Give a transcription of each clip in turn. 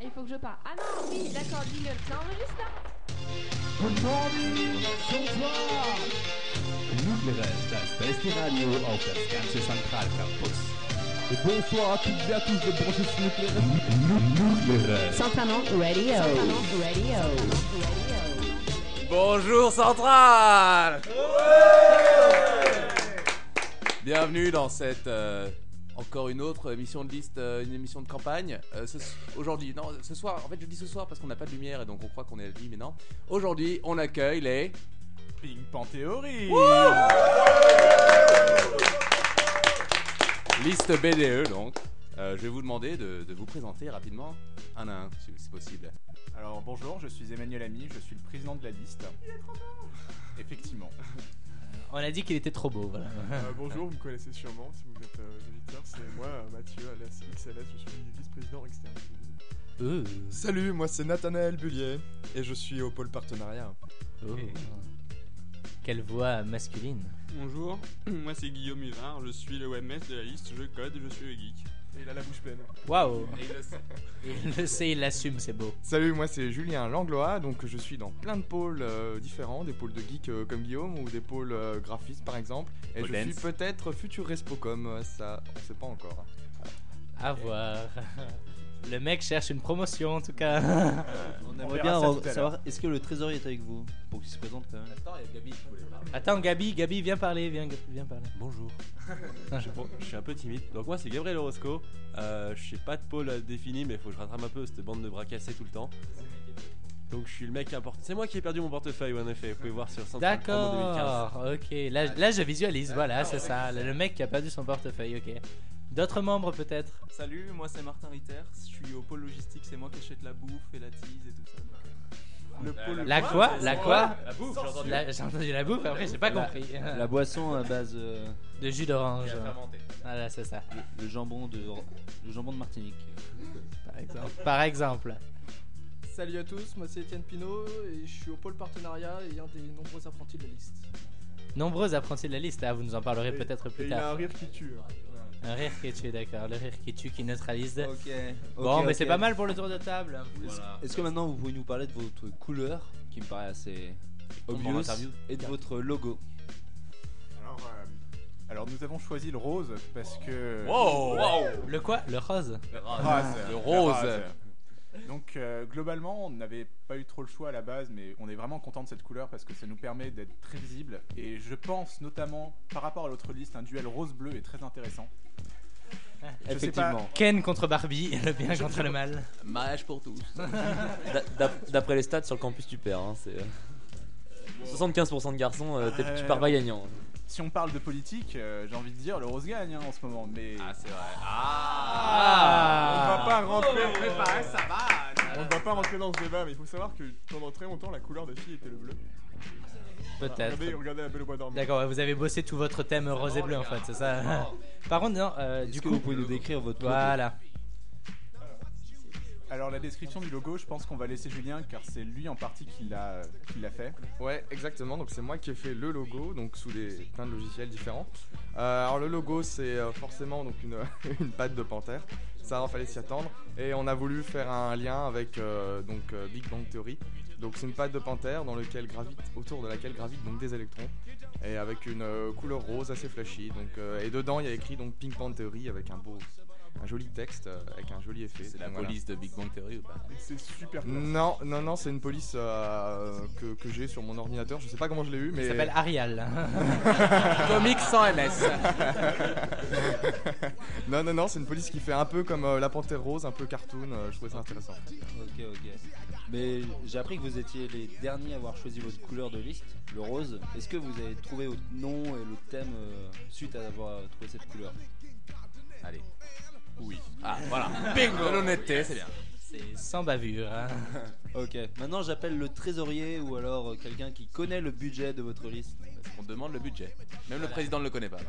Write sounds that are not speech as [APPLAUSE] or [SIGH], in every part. Et il faut que je parle. Ah non, oui, d'accord, jingle. Ça enregistre là Guten Morgen, Bonsoir. Lugere, das beste Radio auf das ganze Zentralcampus. Et bonsoir à toutes et à tous de brancher sur l'éclairage. Lugere. Saint-Amand Radio. Saint-Amand Radio. Bonjour Central Bienvenue dans cette euh, encore une autre émission de liste, euh, une émission de campagne. Euh, ce- Aujourd'hui, non, ce soir, en fait je dis ce soir parce qu'on n'a pas de lumière et donc on croit qu'on est la nuit, mais non. Aujourd'hui, on accueille les. Ping Pan Theory Liste BDE donc. Euh, je vais vous demander de, de vous présenter rapidement un à un, si c'est possible. Alors bonjour, je suis Emmanuel Ami, je suis le président de la liste. Effectivement. On a dit qu'il était trop beau, [LAUGHS] voilà. Euh, bonjour, vous me connaissez sûrement si vous êtes euh, auditeurs, c'est moi euh, Mathieu Alas XLS, je suis vice-président externe. Euh, Salut, moi c'est Nathanaël Bullier et je suis au pôle partenariat. oh. Quelle voix masculine. Bonjour, [CLEARS THROAT] moi c'est Guillaume Hivard, je suis le WebMS de la liste, je code, je suis le geek. Et il a la bouche pleine. Waouh Et le [LAUGHS] Il le sait, il l'assume, c'est beau. Salut, moi c'est Julien Langlois, donc je suis dans plein de pôles euh, différents, des pôles de geeks euh, comme Guillaume ou des pôles euh, graphistes par exemple. Et Pôle je dance. suis peut-être futur Respocom, euh, ça on sait pas encore. À voir. Le mec cherche une promotion en tout cas. On On aimerait verra bien ça re- tout à savoir est-ce que le trésorier est avec vous pour qu'il se présente quand même. Attends, il y a Gabi qui voulait parler. Attends, Gabi, Gabi, viens parler, viens, Gabi, viens parler. Bonjour. je, bon, je suis un peu timide, donc moi c'est Gabriel Orozco, euh, je sais pas de pôle euh, défini mais faut que je rattrape un peu cette bande de bras cassés tout le temps. Donc je suis le mec qui importe. C'est moi qui ai perdu mon portefeuille, ouais, en effet, vous pouvez voir sur Central Chrome en 2015. D'accord, ok. Là, là, je visualise, voilà, c'est ça. Le mec qui a perdu son portefeuille, ok. D'autres membres peut-être Salut, moi c'est Martin Ritter, je suis au pôle logistique, c'est moi qui achète la bouffe et la tease et tout ça. Le pôle La quoi La quoi La bouffe, Ah, j'ai entendu. La- J'ai entendu la bouffe, après j'ai pas compris. La boisson à base euh, [LAUGHS] De jus d'orange. Fermenté. Voilà, c'est ça. le jambon de le jambon de Martinique. Par exemple. Par exemple. euh. Salut à tous, moi c'est Étienne Pinault et je suis au pôle partenariat et un des nombreux apprentis de la liste. Nombreux apprentis de la liste, ah, vous nous en parlerez Et- peut-être Et plus il a tard. un rire qui tue. hein. Un rire qui tue, d'accord, le rire qui tue qui neutralise. Ok. bon, mais c'est pas mal pour le tour de table. Voilà. Est-ce que maintenant vous pouvez nous parler de votre couleur qui me paraît assez tombe en obvious interview. et de votre logo Alors, euh, alors nous avons choisi le rose parce que. Wow, wow. Le quoi Le rose Le Rose. rose. Le rose. Ah. Donc euh, globalement, on n'avait pas eu trop le choix à la base, mais on est vraiment content de cette couleur parce que ça nous permet d'être très visible. Et je pense notamment, par rapport à l'autre liste, un duel rose-bleu est très intéressant. Je sais pas- Effectivement. Ken contre Barbie, [LAUGHS] le bien contre le mal. Mariage pour tous. D'a- d'ap- D'après les stats sur le campus, tu perds. hein, c'est, euh, 75% de garçons, euh, t'es- tu pars pas gagnant. Si on parle de politique, euh, j'ai envie de dire le rose gagne hein, en ce moment, mais. Ah, c'est vrai. On va Ah pas Oh, rentrer, préparer sa on va pas rentrer dans ce débat, mais il faut savoir que pendant très longtemps la couleur des filles était le bleu. Peut-être. Regardez, regardez la belle au bois dormant. D'accord, ouais, vous avez bossé tout votre thème rose et bleu en fait, c'est ça [LAUGHS] Par contre, non, euh, Est-ce du que coup. vous pouvez nous décrire votre logo Voilà. Alors la description du logo, je pense qu'on va laisser Julien car c'est lui en partie qui l'a qui l'a fait. Ouais, exactement. Donc c'est moi qui ai fait le logo, donc sous des plein de logiciels différents. Euh, alors le logo, c'est euh, forcément donc une, [LAUGHS] une patte de panthère. Ça, il fallait s'y attendre. Et on a voulu faire un lien avec euh, donc euh, Big Bang Theory. Donc c'est une patte de panthère dans lequel gravite, autour de laquelle gravitent donc des électrons et avec une euh, couleur rose assez flashy. Donc euh, et dedans il y a écrit donc Pink Bang Theory avec un beau, un joli texte euh, avec un joli effet. C'est la Donc, voilà. police de Big Bang Theory ou pas Et C'est super classe. Non, non, non, c'est une police euh, que, que j'ai sur mon ordinateur. Je sais pas comment je l'ai eu, mais. Il s'appelle Arial. [LAUGHS] Comics sans MS. Non, non, non, c'est une police qui fait un peu comme euh, la panthère rose, un peu cartoon. euh, je trouvais ça intéressant. Ok, ok. Mais j'ai appris que vous étiez les derniers à avoir choisi votre couleur de liste, le rose. Est-ce que vous avez trouvé votre nom et le thème euh, suite à avoir euh, trouvé cette couleur Allez. Oui. Ah, voilà. Bingo L'honnêteté, c'est bien. C'est sans bavure. hein. Ok. Maintenant, j'appelle le trésorier ou alors euh, quelqu'un qui connaît le budget de votre liste. On demande le budget. Même le président ne le connaît pas. là.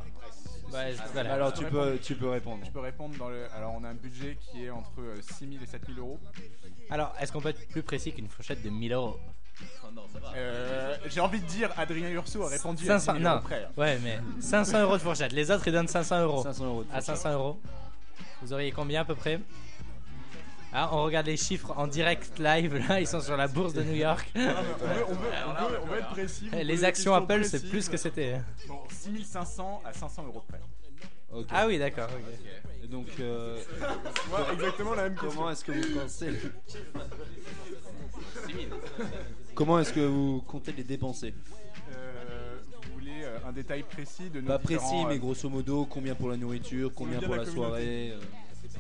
Ouais, voilà. Alors, tu peux, tu peux répondre. Je peux répondre dans le. Alors on a un budget qui est entre euh, 6 000 et 7 000 euros. Alors, est-ce qu'on peut être plus précis qu'une fourchette de 1000 euros Euh, j'ai envie de dire Adrien Urso a répondu à 500, 10 000 euros non. près. Ouais, mais 500 euros de fourchette. Les Ah, autres, ils donnent 500 euros. 500 euros. de À frais. 500 euros. Vous auriez combien à peu près Ah, on regarde les chiffres en direct live, là, ils sont sur la bourse de New York. On veut, on veut- on veut- on veut être précis. vous posez Eh, Les des actions questions Apple, c'est précises. plus que c'était. hein. Bon, 6500 à 500 euros près. Ah oui, d'accord. ok. Et donc, euh, Ouais, exactement la même question. Comment est-ce que vous pensez le- Comment est-ce que vous comptez les dépenser Euh, vous voulez euh, un détail précis de nos Pas précis, différents, mais euh, grosso modo, combien pour la nourriture, combien Combien pour la la soirée euh,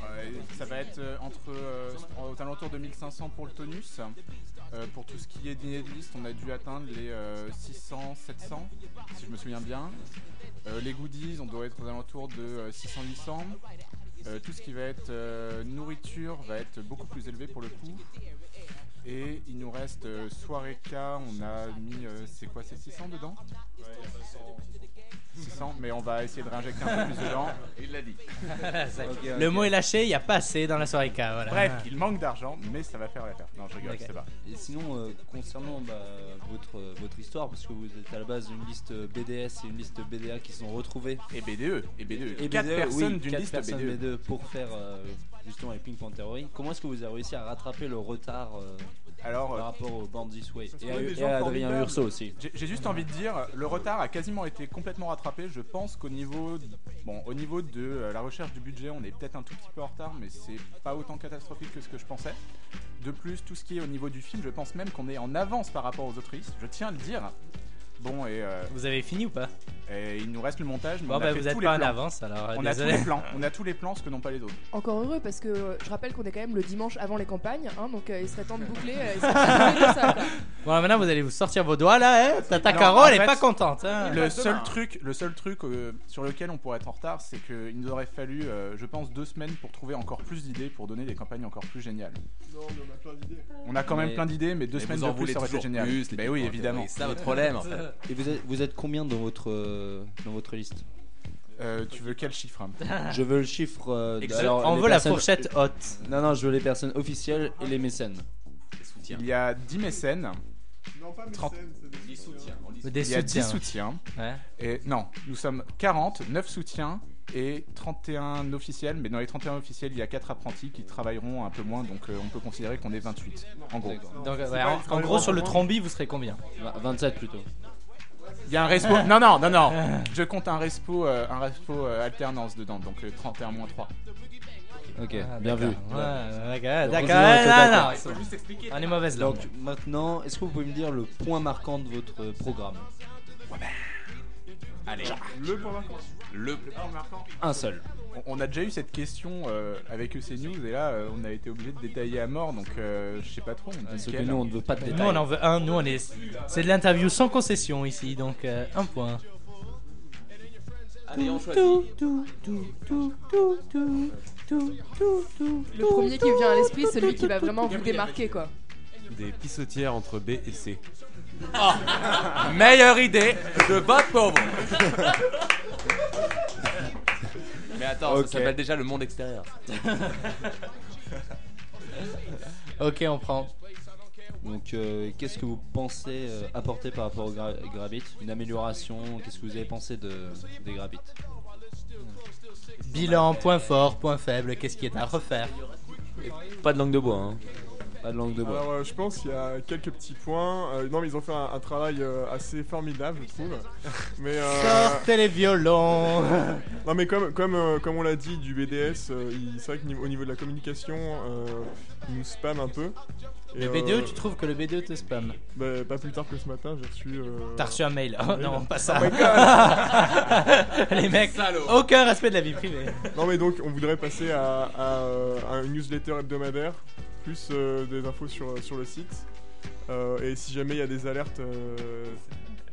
Ouais, ça va être euh, entre euh, aux alentours de 1500 pour le tonus. Euh, pour tout ce qui est dîner de liste, on a dû atteindre les euh, 600, 700, si je me souviens bien. Euh, les goodies, on doit être aux alentours de euh, 600, 800. Euh, tout ce qui va être euh, nourriture va être beaucoup plus élevé pour le coup. Et il nous reste euh, soirée K, on a mis, euh, c'est quoi, c'est 600 dedans 600, mais on va essayer de réinjecter un peu plus dedans. Il l'a dit. Ça y est. Ok, Ah, Le ok. mot est lâché, il n'y a pas assez dans la soirée K. Voilà. Bref, il manque d'argent, mais ça va faire l'affaire. Non, je rigole, je sais pas. Et sinon, euh, concernant bah, votre, euh, votre histoire, parce que vous êtes à la base d'une liste BDS et une liste BDA qui sont retrouvées. Et E. BDE. Et BDE. Et Quatre BDE, personnes oui, d'une quatre liste E. personnes BDE. pour faire euh, justement les Pink Panther Theory. Comment est-ce que vous avez réussi à rattraper le retard euh, Alors, par rapport au Band This Way Ça Et, se à- trouve, des et gens à Adrien formidables. Urso aussi. J'ai j'ai juste envie de dire, le retard a quasiment été complètement rattrapé. Je pense qu'au niveau, bon, au niveau de euh, la recherche du budget, on est peut-être un tout petit peu en retard, mais c'est pas autant catastrophique que ce que je pensais. De plus, tout ce qui est au niveau du film, je pense même qu'on est en avance par rapport aux autres listes. Je tiens à le dire. Bon et euh, Vous avez fini ou pas et il nous reste le montage. Mais Bon, on bah, a fait vous êtes tous les pas en plans. avance, alors, euh, On a tous désolé. [LAUGHS] les plans. On a tous les plans, ce que n'ont pas les autres. Encore heureux parce que euh, je rappelle qu'on est quand même le dimanche avant les campagnes, hein, donc euh, il serait temps de boucler. euh, il serait [LAUGHS] temps de boucler tout ça, quoi. Bon, maintenant vous allez vous sortir vos doigts là, hein Tata Non, Caro, en elle est fait, pas contente. hein. Le seul truc, le seul truc euh, sur lequel on pourrait être en retard, c'est qu'il nous aurait fallu, euh, je pense, deux semaines pour trouver encore plus d'idées pour donner des campagnes encore plus géniales. Non, mais on a plein d'idées. On a quand même Mais- plein d'idées, mais deux mais semaines vous en de plus, voulez ça aurait été toujours génial. plus, les mais petites oui, pointes. évidemment. Et c'est ça votre problème, en fait. Et vous êtes, vous êtes combien dans votre, euh, dans votre liste Euh, tu veux quel chiffre hein Ah. Je veux le chiffre. euh, Ex- alors, on les veut la personnes- fourchette haute. Non, non, je veux les personnes officielles et les mécènes. Il y a 10 mécènes. Non, pas mécène, c'est des soutiens. il y a 10 soutiens. Ouais. Et non, nous sommes 40, 9 soutiens et 31 officiels. Mais dans les 31 officiels, il y a 4 apprentis qui travailleront un peu moins. Donc euh, on peut considérer qu'on est 28. En gros. Donc, ouais, en, en gros, sur le trombi, vous serez combien 27 plutôt. Il y a un respo. non, non, non, non. Je compte un respo, euh, un respo euh, alternance dedans. Donc euh, 31 moins 3. Ok, bien vu. Ah, Ouais, Donc, d'accord, on est d'accord, d'accord. non, non, c'est bon. On est mauvaise langue. Donc maintenant, est-ce que vous pouvez me dire le point marquant de votre euh, programme Allez. Le point marquant. Le. Un seul. On on a déjà eu cette question euh, avec EC News et là euh, on a été obligé de détailler à mort donc euh, je sais pas trop. On dit Parce que lequel. nous, on ne veut pas de Nous, détails. on en veut un. Nous, on est. C'est de l'interview sans concession ici, donc euh, un point. Allez, on choisit. Le premier qui vous vient à l'esprit, celui qui va vraiment vous démarquer, quoi. Des pissotières entre B et C. Ah, meilleure idée, je vote pour vous. [LAUGHS] Mais attends, Ok. ça s'appelle déjà le monde extérieur. Ok, on prend. Donc, euh, qu'est-ce que vous pensez euh, apporter par rapport au gra- Gravit Une amélioration Qu'est-ce que vous avez pensé de, des Gravit Bilan, point fort, point faible. Qu'est-ce qui est à refaire Pas de langue de bois. Hein. Pas de langue de bois. Alors, euh, je pense qu'il y a quelques petits points. Euh, non, mais ils ont fait un, un travail euh, assez formidable, je [LAUGHS] trouve. Mais, euh, Sortez les violons. non, mais comme, comme, euh, comme on l'a dit, du BDS, euh, il- c'est vrai qu'au niveau, au niveau de la communication, euh, ils nous spam un peu. Et, Le euh, B2, tu trouves que le B2 te spam bah, Pas plus tard que ce matin, j'ai reçu. euh, T'as reçu un mail. Oh non, pas ça. Oh my [LAUGHS] God. Les mecs, Salaud. aucun respect de la vie privée. Non mais donc on voudrait passer à, à- à une newsletter hebdomadaire, plus euh, des infos sur, sur le site. Euh, et si jamais il y a des alertes, euh,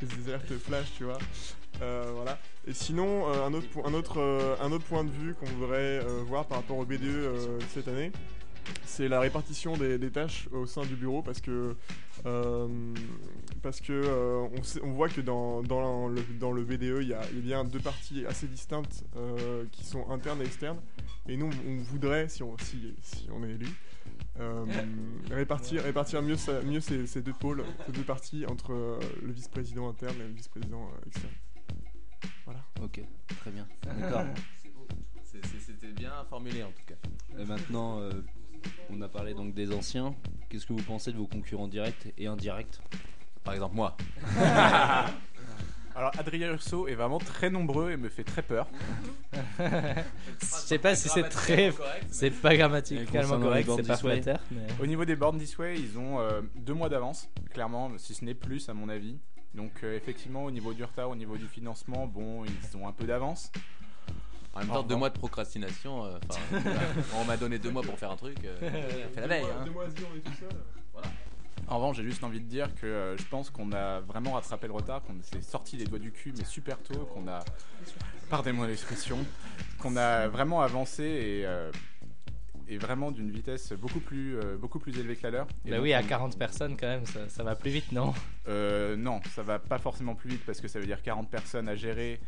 des alertes flash, tu vois. Euh, voilà. Et sinon, euh, un, autre, po- un, autre, euh, un autre point de vue qu'on voudrait euh, voir par rapport au BDE euh, cette année, c'est la répartition des, des tâches au sein du bureau parce que euh, parce que euh, on, sait- on voit que dans, dans le, dans le BDE il y, a, il y a bien deux parties assez distinctes euh, qui sont internes et externes et nous on voudrait si on, si, si on est élu euh, répartir, répartir mieux, ça- mieux ces, ces deux pôles, ces deux parties entre euh, le vice-président interne et le vice-président euh, externe. Voilà. Ok, très bien. D'accord. C'est- c'est- C'était bien formulé en tout cas. Et maintenant, euh, On a parlé donc des anciens. Qu'est-ce que vous pensez de vos concurrents directs et indirects Par exemple, moi. Alors Adrien Urso est vraiment très nombreux et me fait très peur. Je sais pas si c'est très. C'est pas grammaticalement correct, c'est pas flatteur. mais- Au niveau des bornes this way, ils ont euh, deux mois d'avance, clairement, si ce n'est plus à mon avis. Donc euh, effectivement, au niveau du retard, au niveau du financement, bon, ils ont un peu d'avance. En même temps, deux mois de procrastination. euh, enfin, voilà. on m'a donné deux mois pour faire un truc. euh, j'ai fait la veille. hein. En revanche, j'ai juste envie de dire que euh, je pense qu'on a vraiment rattrapé le retard, qu'on s'est sorti les doigts du cul, mais super tôt, qu'on a, pardonnez-moi l'expression, qu'on a vraiment avancé et, euh, et vraiment d'une vitesse beaucoup plus, euh, beaucoup plus élevée que la leur. Et Bah donc, oui, à on- 40 personnes quand même, ça, ça va plus vite, non euh, non, ça va pas forcément plus vite parce que ça veut dire 40 personnes à gérer,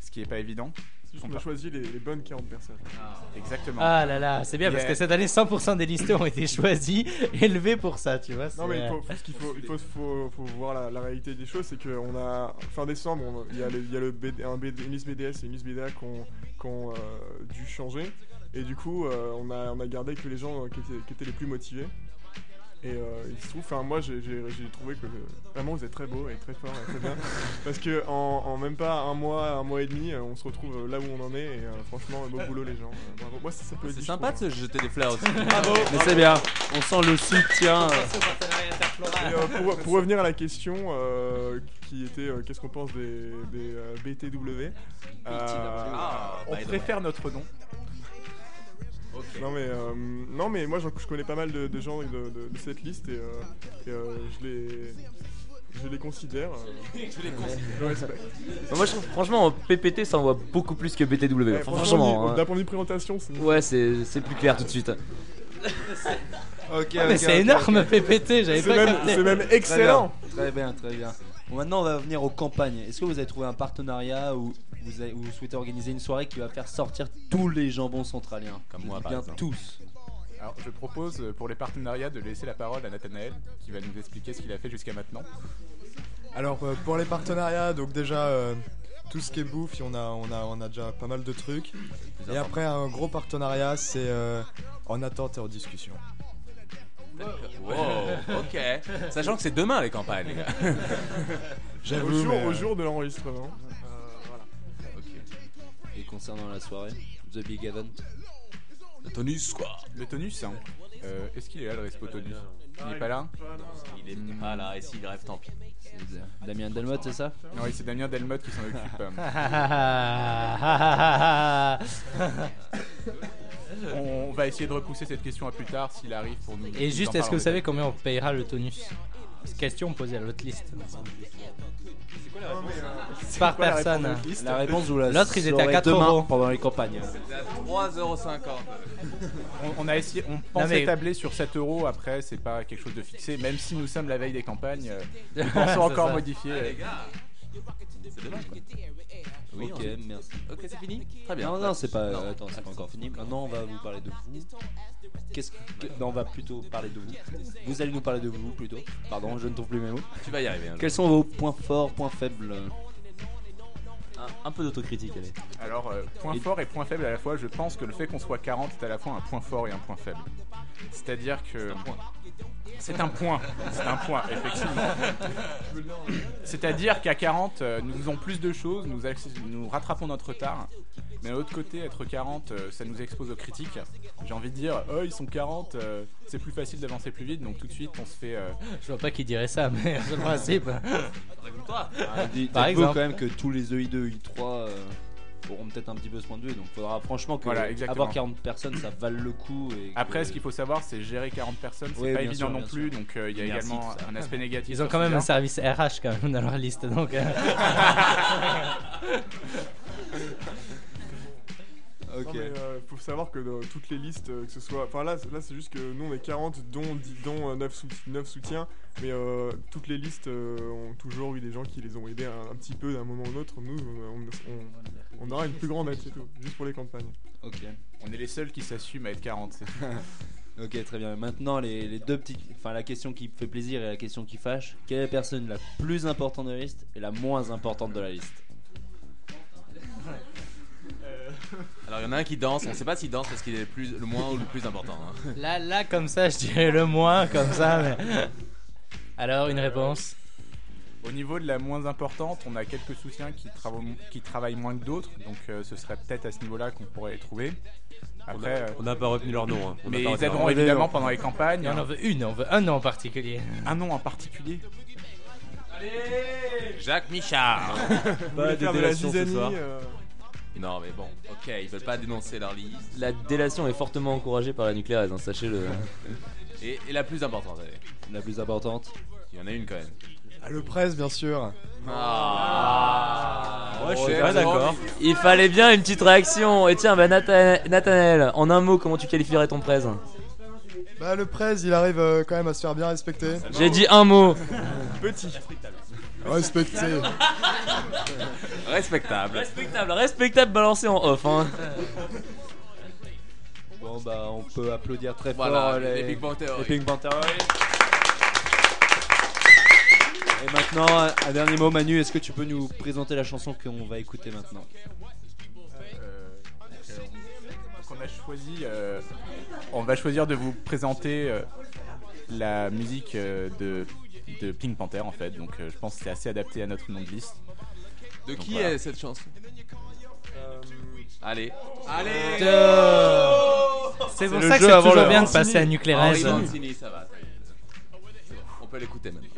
ce qui est pas évident. Juste qu'on a choisi les, les bonnes 40 personnes. Exactement. Ah là là, c'est bien Il y parce a- que cette année, 100% des listes ont été choisis, [LAUGHS] élevés pour ça, tu vois. Non c'est- euh, mais il faut, euh, faut- ce qu'il faut, il faut, faut- faut voir la, la réalité des choses, c'est qu'on a fin décembre, on- il y a, le- il y a le BD un BD une liste BDS et une liste BDA qui ont qui ont, euh, dû changer, et du coup euh, on, a, on a gardé que les gens euh, qui étaient, qui étaient les plus motivés. Et euh, il se trouve, enfin moi j'ai j'ai- j'ai trouvé que euh, vraiment vous êtes très beau et très fort et très bien, [LAUGHS] parce que en, en même pas un mois, un mois et demi, euh, on se retrouve euh, là où on en est, et euh, franchement beau boulot les gens. Euh, bravo. Moi ça, ça peut C'est être sympa de se jeter des fleurs aussi. hein, Bravo. Mais Bravo. c'est bien, on sent le soutien. Et, euh, pour, pour revenir à la question euh, qui était euh, qu'est-ce qu'on pense des, des, euh, BTW euh, Ah, on préfère notre nom. Non mais euh, non mais moi je, je connais pas mal de, de gens de, de- de cette liste et, euh, et, euh, je les je les considère. euh, Je les considère. je le respecte. Moi, je trouve, franchement, PPT, ça en voit beaucoup plus que BTW. Ouais, franchement. franchement, hein. d'un point de vue présentation, c'est- Ouais, c'est c'est plus clair tout de [LAUGHS] suite. Ok, Ah, mais ok, c'est ok, énorme, ok. PPT, j'avais C'est pas même- capté. c'est même Très bien, très bien. Bon, maintenant, on va venir aux campagnes. Est-ce que vous avez trouvé un partenariat ou vous, avez- ou vous souhaitez organiser une soirée qui va faire sortir tous les jambons centraliens Comme Je moi, dis par bien exemple. tous. Alors, je propose euh, pour les partenariats de laisser la parole à Nathanaël qui va nous expliquer ce qu'il a fait jusqu'à maintenant. Alors euh, pour les partenariats, donc déjà euh, tout ce qui est bouffe, on a, on, a, on a déjà pas mal de trucs. Et après un gros partenariat, c'est euh, en attente et en discussion. Wow, ok. Sachant que c'est demain les campagnes, les gars. au jour, euh, au jour de l'enregistrement. Et concernant la soirée, The Big Event. Le tonus, quoi. Le tonus, hein. Euh, Est-ce qu'il est là le respo tonus Il est pas là Il est pas là, et s'il grève, tant pis. Damien Delmotte, c'est ça Ah Oui, c'est Damien Delmotte qui s'en occupe. [LAUGHS] On va essayer de repousser cette question à plus tard s'il arrive pour nous. [LAUGHS] Et nous juste, en est-ce que vous parler. savez combien on payera le tonus Question posée à l'autre liste. C'est Par quoi la personne. réponse de l'autre liste La réponse, vous la L'autre, ils étaient à saurez 4 demain euros. pendant les campagnes. C'était à 3,50€. On, on a essayé, on pensait mais- tabler sur 7 euros. Après, c'est pas quelque chose de fixé, même si nous sommes la veille des [LAUGHS] campagnes. euh, Nous C'est pensons encore ça. modifier. Ah, euh, les gars. C'est dommage, quoi. Oui, ok, ensuite- merci. Ok, c'est fini Très bien. Non, non, c'est pas. euh, Attends, c'est pas encore fini. Maintenant, on va vous parler de vous. Qu'est-ce que. Non, on va plutôt parler de vous. Vous allez nous parler de vous plutôt. Pardon, je ne trouve plus mes mots. Tu vas y arriver, hein, Quels je- sont vos points forts, points faibles Un peu d'autocritique, allez. Alors, euh, point fort et point faible à la fois, je pense que le fait qu'on soit 40 est à la fois un point fort et un point faible. C'est-à-dire que. C'est un point. C'est un point, effectivement. C'est-à-dire qu'à 40, euh, nous faisons plus de choses, nous, acc- nous rattrapons notre retard. Mais de l'autre côté, être 40, euh, ça nous expose aux critiques. J'ai envie de dire, oh, ils sont 40, euh, c'est plus facile d'avancer plus vite, donc tout de suite, on se fait. euh, Je vois pas qui dirait ça, mais [LAUGHS] c'est le principe. Raconte-toi. Par exemple, quand même que tous les E EI2, EI3 euh, auront peut-être un petit peu ce point de vue. Donc, faudra franchement que Voilà, exactement. avoir 40 personnes, ça vale le coup. Et Après, que- ce qu'il faut savoir, c'est gérer 40 personnes, c'est Oui, pas bien évident sûr, non bien plus, sûr. donc euh, il y a Merci, également tout ça. un aspect négatif. Ils ont sur quand ce même un genre. service RH quand même dans leur liste, donc. euh. Non, mais, euh, faut savoir que dans toutes les listes, euh, que ce soit. Enfin là, c'est- là c'est juste que nous on est 40, dont, dix- dont euh, 9, soutiens. Mais euh, toutes les listes euh, ont toujours eu des gens qui les ont aidés un, un petit peu d'un moment ou d'un autre. Nous, on, on- on aura une plus grande aide, c'est tout. Juste pour les campagnes. Ok. On est les seuls qui s'assument à être 40. c'est- Ok, très bien. Maintenant, les, les deux petites. Enfin, la question qui fait plaisir et la question qui fâche. Quelle est la personne la plus importante de la liste et la moins importante de la liste Alors il y en a un qui danse, on sait pas s'il danse parce qu'il est le, plus, le moins ou le plus important. hein. Là, là, comme ça, je dirais le moins, comme ça, mais. Alors, une réponse Au niveau de la moins importante, on a quelques soutiens qui, travo- qui travaillent moins que d'autres, donc euh, ce serait peut-être à ce niveau-là qu'on pourrait les trouver. Après, euh, on n'a pas retenu leur nom. hein. On n'a mais pas ils retenu leur aideront nom. évidemment pendant les campagnes. Et on en veut une, on veut un nom en particulier. Un nom en particulier euh, Jacques Michard Pas de délation ce soir. [LAUGHS] euh Non mais bon, ok, ils veulent pas dénoncer leur liste. La délation est fortement encouragée par la nucléaise, hein, sachez-le. Et, et la plus importante, allez. La plus importante. Il y en a une quand même. Ah, le presse, bien sûr. Oh, Moi, je suis pas d'accord. Il fallait bien une petite réaction. Et tiens, bah, Nathan- Nathanaël, en un mot, comment tu qualifierais ton presse Bah, le presse, il arrive euh, quand même à se faire bien respecter. J'ai dit un mot. Petit. Respecté. Respectable. Respectable, respectable balancé en off. Hein. Bon bah on peut applaudir très Voilà, fort les Big Bang Theory. les Big Bang Theory. Et maintenant, un- un dernier mot Manu, est-ce que tu peux nous présenter la chanson qu'on va écouter maintenant qu'on a choisi. euh, on va choisir de vous présenter euh, la musique euh, de, de Pink Panther en fait, donc euh, je pense que c'est assez adapté à notre nom de liste. De qui est cette chanson Allez. Allez C'est pour ça que c'est toujours bien de passer à Nucléaise. Henri Mancini, ça va. ça y est. C'est bon, On peut l'écouter maintenant.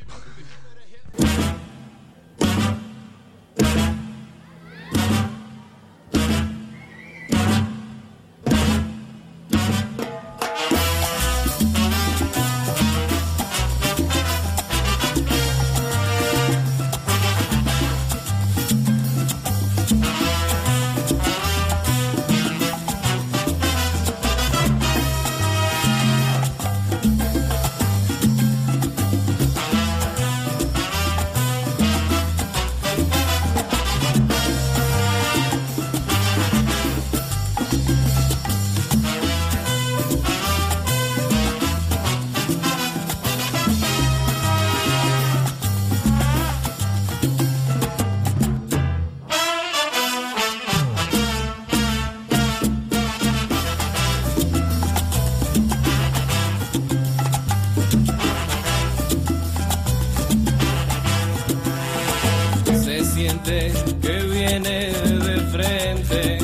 Se siente que viene de frente.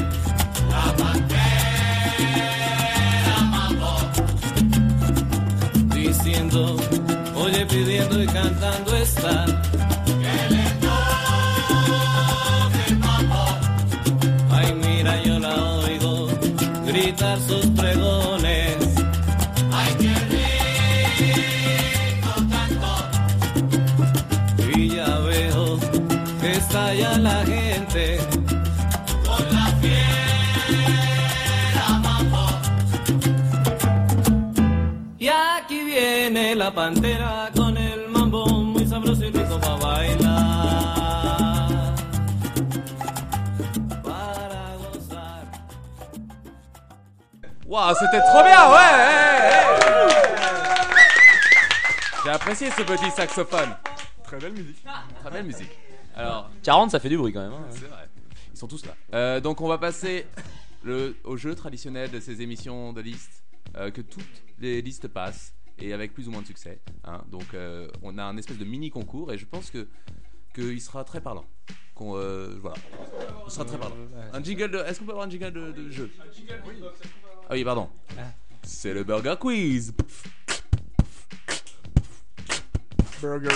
La bandera mamó. Diciendo, oye, pidiendo y cantando está. Que le toque, mamó. Ay, mira, yo la oigo gritar sus pregones. Ay, qué rico canto. Y ya veo que estalla la gente con la fiera mambo. Y aquí viene la pantera con el mambo muy sabroso y rico para bailar. Para gozar. Waouh, c'était trop bien, ouais, ouais, ouais. J'ai apprécié ce petit saxophone. Très belle musique. Très belle musique. Alors, 40, ça fait du bruit quand même. hein. C'est vrai. Ils sont tous là. Euh, donc on va passer le, au jeu traditionnel de ces émissions de liste euh, que toutes les listes passent et avec plus ou moins de succès. hein. Donc euh, on a un espèce de mini concours et je pense que qu'il sera très parlant. Qu'on euh, voilà, il sera très parlant. Un jingle de, est-ce qu'on peut avoir un jingle de, de jeu Ah oui, pardon. C'est le Burger Quiz. Burger.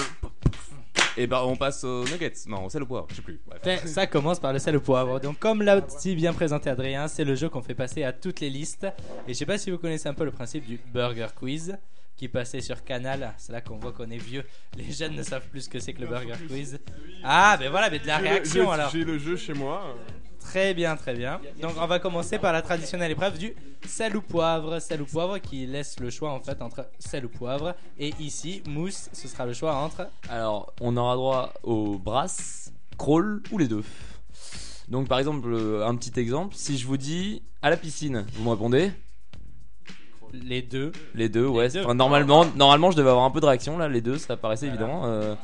Et bah on passe aux nuggets. Non, au sel au poivre, je sais plus. Bref. Tiens, Ben, Ça commence par le sel au poivre. Donc, comme l'a si bien présenté Adrien, c'est le jeu qu'on fait passer à toutes les listes. Et je sais pas si vous connaissez un peu le principe du Burger Quiz qui passait sur Canal. C'est là qu'on voit qu'on est vieux. Les jeunes ne savent plus ce que c'est que le Burger Quiz. Ah, ben voilà, mais de la J'ai le- réaction j'ai- alors. J'ai le jeu chez moi. Très bien, très bien. Donc on va commencer par la traditionnelle épreuve du sel ou poivre. Sel ou poivre qui laisse le choix en fait entre sel ou poivre. Et ici, mousse, ce sera le choix entre... Alors, on aura droit aux brasses, crawl ou les deux. Donc, par exemple, euh, un petit exemple, si je vous dis à la piscine, vous me répondez Les deux. Les deux, ouais. deux. Enfin, normalement, normalement, je devais avoir un peu de réaction là. Les deux, ça paraissait évident. euh,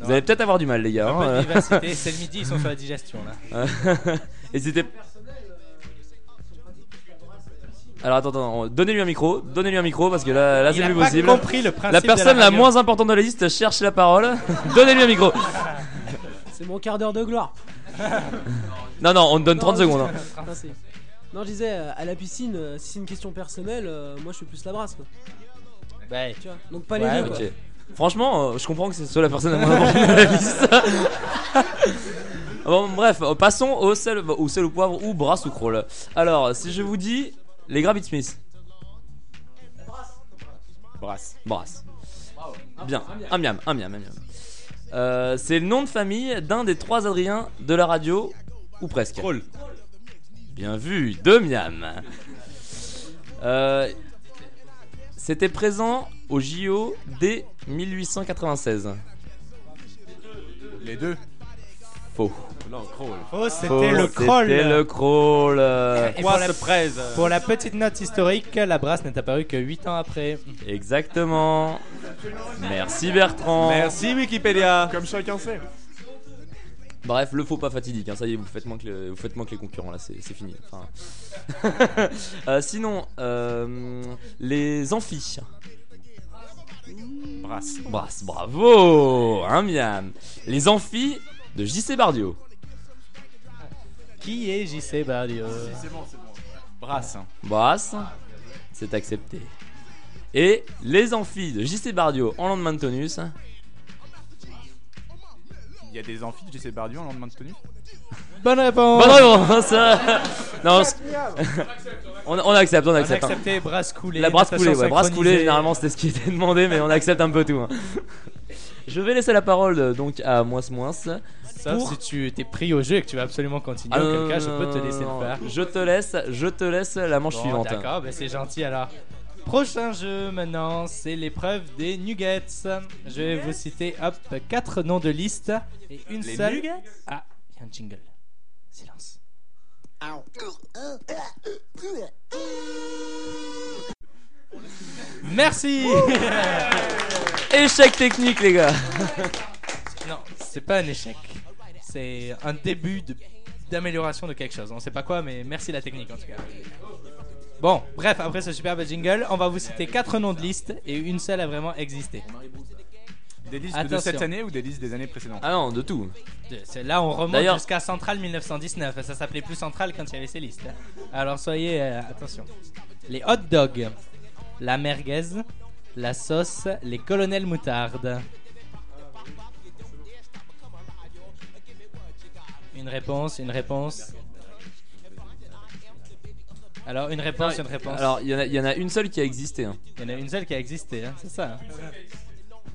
vous Non. allez peut-être avoir du mal, les gars. Un peu de hein. [LAUGHS] vivacité. C'est le midi, ils sont sur la digestion, là. Et c'était. Alors attends, attends, on- donnez-lui un micro, donnez-lui un micro parce que là, là Il c'est a plus pas possible. compris le principe la de personne la la, radio. moins importante de la liste cherche la parole. [LAUGHS] donnez-lui un micro. C'est mon quart d'heure de gloire. Non, non, on te donne 30 je- secondes. hein. Merci. Non, je disais, euh, à la piscine, euh, si c'est une question personnelle, euh, moi je fais plus la brasse. Quoi. Ouais. Tu vois, donc pas Ouais, les deux. quoi. ok. Franchement, euh, je comprends que c'est soit la personne la moins importante de la [LAUGHS] liste. bon, bref, euh, passons au sel, au sel au poivre ou brasse ou crawl. Alors, si je vous dis les Gravit Smith. Brasse. Brasse. Bravo. Un- Bien, un miam. un miam, un miam, un miam. Euh, c'est le nom de famille d'un des trois Adriens de la radio, ou presque. Bien vu, deux miam. Euh, C'était présent au JO dès 1896. Les deux. Faux. Non, crawl. Oh, c'était Faux, le crawl. Eh, C'était le crawl. euh. Et pour, la, pour la petite note historique, la brasse n'est apparue que 8 ans après. Exactement. Merci Bertrand. Merci Wikipédia. Comme chacun sait. Bref, le faux pas fatidique, hein, ça y est, vous faites moins que, le- vous faites moins que les concurrents, là, c'est c'est fini. Enfin, [LAUGHS] euh, sinon, euh, les amphis. Brasse. Brasse, bravo Un miam Les amphis de JC Bardio. Qui est JC Bardio Brasse. hein. Brasse, c'est accepté. Et les amphis de JC Bardio en lendemain de tonus. Il y a des amphithes, JC Bardieu, en lendemain de tenue Bonne réponse. Bonne réponse. non, c- on, on accepte, on On a accepte. hein. accepté brasse coulée, La brasse coulée, natation ouais, brasse synchronisée. coulée, généralement c'était ce qui était demandé, mais on accepte un peu tout. hein. Je vais laisser la parole euh, donc à Moins Moins. Sauf si tu t'es pris au jeu et que tu vas absolument continuer, Ah, auquel cas je peux te laisser le faire. Je te laisse, je te laisse la manche Bon, suivante. D'accord, ben c'est gentil alors. Prochain jeu maintenant, c'est l'épreuve des Nuggets. Je vais vous citer hop quatre noms de liste et une Les seule. Nuggets Ah, il y a un jingle. Silence. Merci. Échec technique les gars. non, c'est pas un échec. C'est un début de- d'amélioration de quelque chose. On sait pas quoi, mais merci la technique en tout cas. Bon, bref, après ce superbe jingle, on va vous citer quatre noms de liste et une seule a vraiment existé. Des listes de Attention. cette année ou des listes des années précédentes Ah non, de tout. De- c'est- Là, on remonte D'ailleurs- jusqu'à Central 1919. Ça s'appelait plus Central quand il y avait ces listes. hein. Alors soyez euh, attention. Les hot dogs, la merguez, la sauce, les colonels moutarde. Une réponse, une réponse. Alors une réponse, une réponse. Alors il y, en a- il y en a une seule qui a existé. hein. Il y en a une seule qui a existé, hein, c'est ça. hein.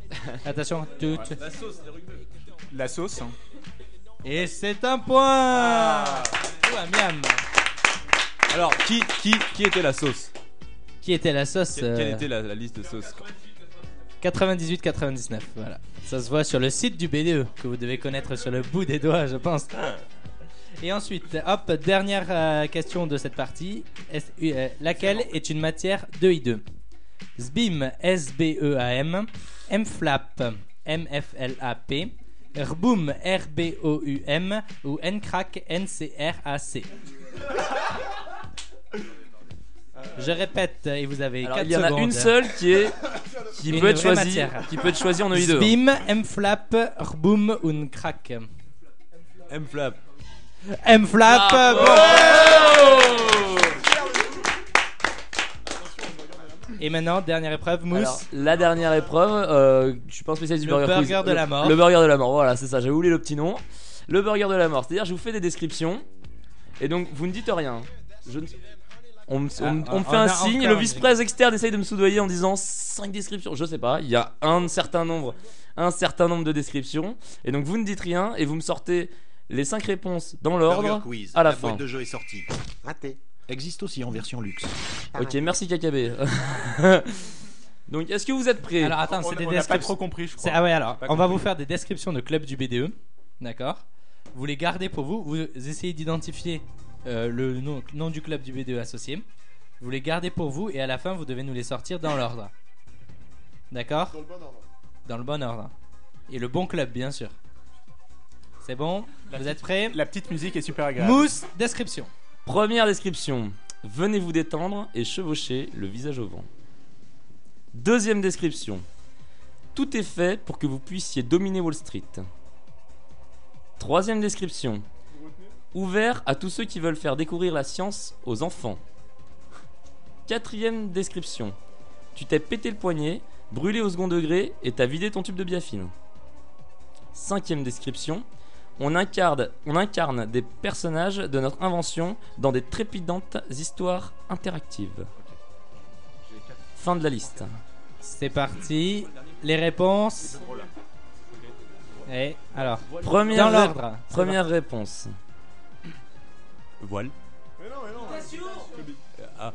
[LAUGHS] Attention, tout. La sauce, La sauce. hein. Ah. Et c'est un point. Ou un miam. Alors, qui, qui, qui était la sauce Qui était la sauce Quelle, quelle euh, était la, la liste de sauces 98-99, voilà. Ça se voit sur le site du BDE, que vous devez connaître sur le bout des doigts, je pense. Et ensuite, hop, dernière euh, question de cette partie. Est- euh, laquelle est une matière 2i2 SBIM, E S-B-E-A-M, MFLAP, M-F-L-A-P, RBOOM, R-B-O-U-M, ou NCRAC, N-C-R-A-C. Je répète, et vous avez Alors, quatre il y en a secondes. une seule qui est- qui peut être vraie choisie- qui peut être choisie en E EI2. Sbim, M-Flap, Rboom, un Crack. M-Flap. M-Flap, Ah, Bravo. bon. Et maintenant, dernière épreuve, Mousse. Alors, la dernière épreuve, euh, je suis pas un spécialiste du Le burger, burger quiz. de Le- la mort. Le burger de la mort, voilà, c'est ça, j'avais oublié le petit nom. Le burger de la mort, c'est-à-dire je vous fais des descriptions et donc vous ne dites rien. Je ne- On, me- on me- Ah, on me on fait a un encore signe, un le vice-président externe essaye de me soudoyer en disant 5 descriptions, je sais pas, il y a un certain nombre, un certain nombre de descriptions et donc vous ne dites rien et vous me sortez les 5 réponses dans l'ordre Burger Quiz. à la, boîte fin. de jeu est sortie. Raté. Existe aussi en version luxe. Ok, merci KKB. [LAUGHS] donc est-ce que vous êtes prêts Alors attends, c'est des descriptions. C'est- Ah ouais, alors, on va vous faire des descriptions de clubs du BDE. D'accord Vous les gardez pour vous. Vous essayez d'identifier euh, le nom, nom du club du BDE associé. Vous les gardez pour vous et à la fin, vous devez nous les sortir dans l'ordre. D'accord Dans le bon ordre. Dans le bon ordre. Et le bon club, bien sûr. C'est bon Vous êtes prêts La petite musique est super agréable. Mousse, description. Première description. Venez vous détendre et chevaucher le visage au vent. Deuxième description. Tout est fait pour que vous puissiez dominer Wall Street. Troisième description. Ouvert à tous ceux qui veulent faire découvrir la science aux enfants. Quatrième description. Tu t'es pété le poignet, brûlé au second degré et t'as vidé ton tube de biafine. Cinquième description. On incarne, on incarne des personnages de notre invention dans des trépidantes histoires interactives. Fin de la liste. C'est parti. Les réponses. Et alors, Première, dans ré- l'ordre. première réponse. Voile. Ah.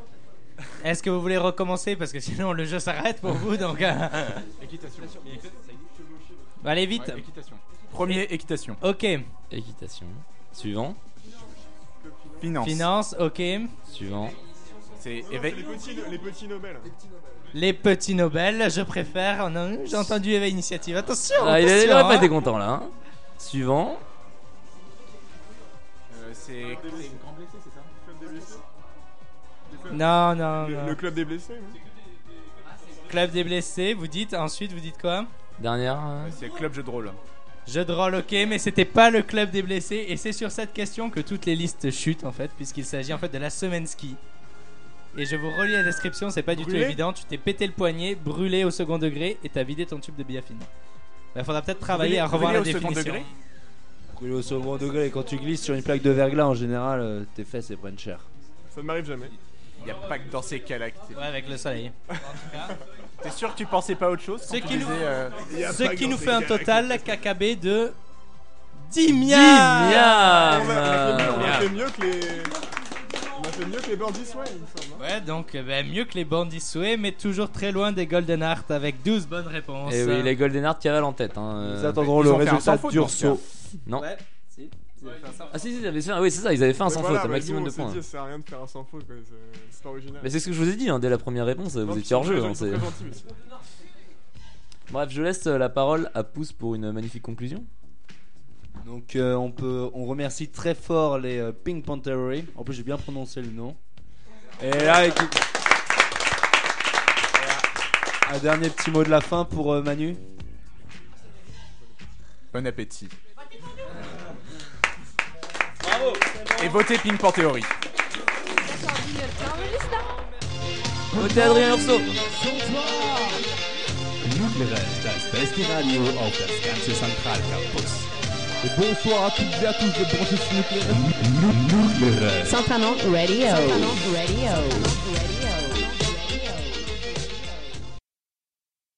Est-ce que vous voulez recommencer parce que sinon le jeu s'arrête pour vous donc. euh, Équitation. bah, allez vite. Ouais, équitation. Premier équitation. Ok. Équitation. Suivant. Finance. Finance. Ok. Suivant. C'est Non, c'est les petits, les petits Nobel. Les petits Nobel, je préfère. Oh Non, J'ai entendu Éveil Initiative. Attention. Oh, Ah, il, il attention, aurait pas hein. été content là. hein. Suivant. Euh, c'est c'est une grande blessée, c'est ça Non, non, Le, non. le club des blessés. hein. non Club des blessés. Vous dites ensuite. Vous dites quoi Dernière. euh, C'est club jeu de rôle. Jeu de rôle, ok, mais c'était pas le club des blessés. Et c'est sur cette question que toutes les listes chutent en fait, puisqu'il s'agit en fait de la semaine ski. Et je vous relis la description, c'est pas du Brûlé tout évident. Tu t'es pété le poignet, brûlé au second degré, et t'as vidé ton tube de biafine. Il faudra peut-être travailler à Brûlé- revoir la brûlé au second définition. degré Brûlé au second degré, quand tu glisses sur une plaque de verglas, en général, euh, tes fesses elles prennent cher. Ça ne m'arrive jamais. Il n'y a pas que dans ces cas-là. Ouais, avec le soleil. T'es sûr que tu pensais pas à autre chose Ce quand qui tu nous, disais, euh, ce qui nous fait un [LAUGHS] total KKB de 10 miams. On a, on a fait mieux- euh, on a fait mieux que les. On a fait mieux que les Birdies Way, il me semble. Ouais, donc euh, bah, mieux que les bandits souhaits, mais toujours très loin des Golden Hearts avec 12 bonnes réponses. Et Eh oui, les Golden Heart qui avalent en tête. Hein. Ils attendront Ils le ont fait un résultat sans faute, d'Urso. dans ce cas. Non. Ouais, si. Ah si, si, ils avaient fait un- oui, c'est ça, ils avaient fait un Mais sans voilà, faute, un mais maximum nous, de on s'est points. hein. dit, ça sert à rien de faire un sans faute, quoi, c'est- c'est pas original. Mais c'est ce que je vous ai dit hein, dès la première réponse, Non, vous puis étiez hors ils sont jeu. très- hein, ils sont c'est- très gentils, messieurs. Bref, je laisse euh, la parole à Pouce pour une magnifique conclusion. Donc euh, on peut, on remercie très fort les euh, Pink Panthery. En plus j'ai bien prononcé le nom. Et là, écoute- un dernier petit mot de la fin pour euh, Manu. Bon appétit. Et votez Pink Panthéorie. Votez Adrien Urso. Nudlerest, das beste Radio auf das ganze Zentralcampus. Bonsoir à toutes et à tous de Branches Nucléaires. Nudlerest. Santanon Radio. Santanon Radio.